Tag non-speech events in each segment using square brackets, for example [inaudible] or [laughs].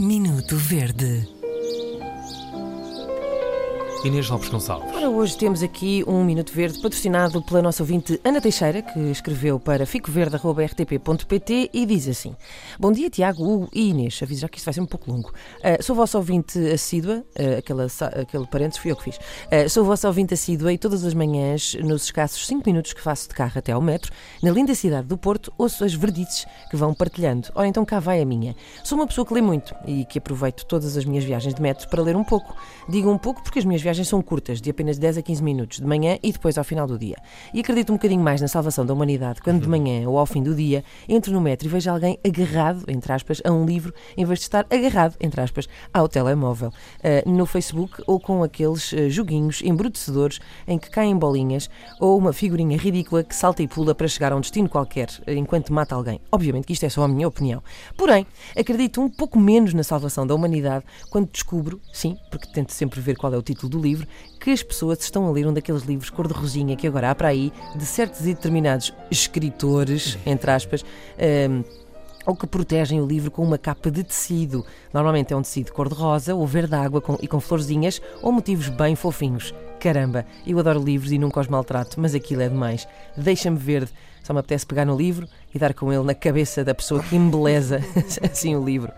Minuto Verde. Inês Lopes Gonçalves. Ora, hoje temos aqui um Minuto Verde patrocinado pela nossa ouvinte Ana Teixeira, que escreveu para ficoverde.rtp.pt e diz assim: Bom dia, Tiago, Hugo e Inês. Aviso já que isto vai ser um pouco longo. Ah, sou vossa ouvinte assídua, ah, aquela sa- aquele parênteses fui eu que fiz. Ah, sou vossa ouvinte assídua e todas as manhãs, nos escassos 5 minutos que faço de carro até ao metro, na linda cidade do Porto, ouço as verdices que vão partilhando. Ora, então cá vai a minha. Sou uma pessoa que lê muito e que aproveito todas as minhas viagens de metro para ler um pouco. Digo um pouco porque as minhas viagens são curtas, de apenas 10 a 15 minutos, de manhã e depois ao final do dia. E acredito um bocadinho mais na salvação da humanidade quando de manhã ou ao fim do dia entro no metro e vejo alguém agarrado, entre aspas, a um livro, em vez de estar agarrado, entre aspas, ao telemóvel, eh, no Facebook ou com aqueles eh, joguinhos embrutecedores em que caem bolinhas ou uma figurinha ridícula que salta e pula para chegar a um destino qualquer eh, enquanto mata alguém. Obviamente que isto é só a minha opinião. Porém, acredito um pouco menos na salvação da humanidade quando descubro, sim, porque tento sempre ver qual é o título do livro, que as pessoas estão a ler um daqueles livros cor-de-rosinha que agora há para aí de certos e determinados escritores, entre aspas. ehm, ou que protegem o livro com uma capa de tecido. Normalmente é um tecido cor-de-rosa ou verde água com- e com florzinhas ou motivos bem fofinhos. Caramba, eu adoro livros e nunca os maltrato, mas aquilo é demais. Deixa-me verde. Só me apetece pegar no livro e dar com ele na cabeça da pessoa que embeleza [laughs] assim o livro.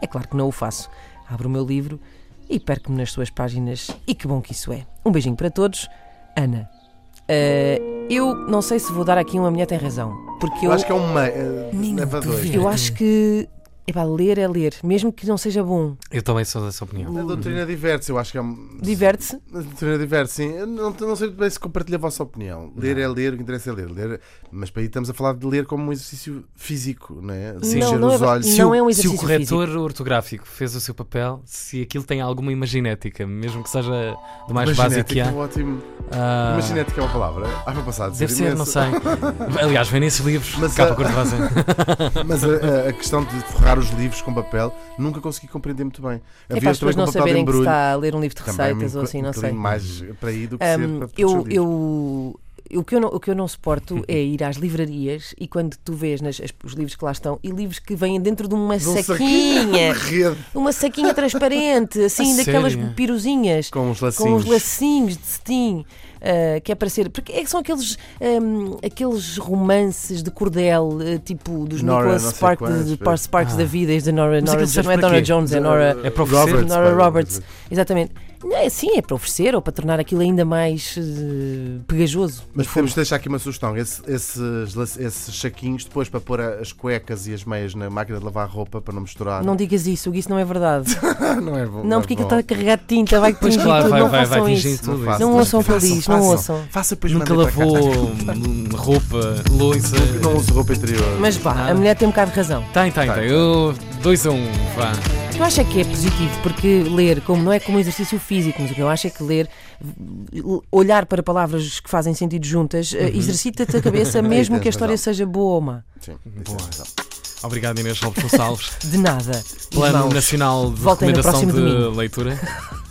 É claro que não o faço. Abro o meu livro e perco-me nas suas páginas. E que bom que isso é. Um beijinho para todos. Ana. eh, eu não sei se vou dar aqui uma mulher tem razão. Porque eu, Eu acho que é um meio. Minuto Leva dois. verde. eu acho que epá, ler é ler, mesmo que não seja bom. Eu também sou dessa opinião. A doutrina diverte eu acho que é um. Diverte-se. A doutrina diverte sim. Eu não, não sei muito bem se compartilho a vossa opinião. Ler é ler, o que interessa é ler. ler. Mas para aí estamos a falar de ler como um exercício físico, não é? Sim. Mexer Não, não os é- olhos. não é um Se o exercício corretor ortográfico fez o seu papel, se aquilo tem alguma imaginética, mesmo que seja do mais básico que Imaginética, há. é um ótimo. ah, Imaginética é uma palavra. Ah, para passar a dizer Deve ser, imenso. não sei. Aliás, vem nesses livros Mas, de capa ah, cor-de-rosa. Mas a, a- a questão de forrar os livros com papel nunca consegui compreender muito bem. É para as pessoas não saberem que se embrulho. está a ler um livro de Também me receitas ou enco- assim, um não sei. bocadinho mais para aí do que ser Hum, para proteger eu, os livros. eu, o, que eu não, o que eu não [laughs] suporto é ir às livrarias e quando tu vês nas- as- os livros que lá estão e livros que vêm dentro de uma De um saquinha, saquinho de [laughs] rede uma [laughs] saquinha transparente, assim, A daquelas sério? piruzinhas. com os lacinhos. Com uns lacinhos de cetim, ah, que é para ser. Porque é que são aqueles, ahm, aqueles romances de cordel, ah, tipo dos Nora, Nicholas não sei Spark, quantos, de, de pois. Sparks Ah. da vida, e da Nora, Mas Nora aquilo serve não é para Nora quê? Jones, é De- Nora. É professor. Roberts, Nora pá, Roberts. Exatamente. Não, é assim, é para oferecer ou para tornar aquilo ainda mais eh, pegajoso. Mas no temos fundo. de deixar aqui uma sugestão. Esse- esses, lac- esses saquinhos, depois para pôr a- as cuecas e as meias na máquina de lavar roupa para não misturar. Não digas isso, Hugo, isso não é verdade. não é bom. Não, porque aquilo está carregado de tinta, vai Pois tingir claro, tudo, vai, não vai, façam vai fingir isso. tudo faço. isso. Não ouçam o que eu Façam, diz, não façam. ouçam. Faça depois Nunca mandem para cá. lavou hum, roupa, louça. Não uso roupa interior. Mas vá, a mulher tem um bocado de razão. Tem, tem, Tá, tem. Eu. 2 a 1, um, vá. Eu acho é que é positivo, porque ler, como não é como exercício físico, mas o que eu acho é que ler, olhar para palavras que fazem sentido juntas, eh, exercita-te a [laughs] cabeça, mesmo Uhum. tens que a história razão. seja boa ou má. Sim, Boa. isso é [laughs] Obrigado, Inês Lopes Gonçalves. De nada. Plano Irmãos. Nacional de Voltem no Recomendação próximo de domingo. Leitura.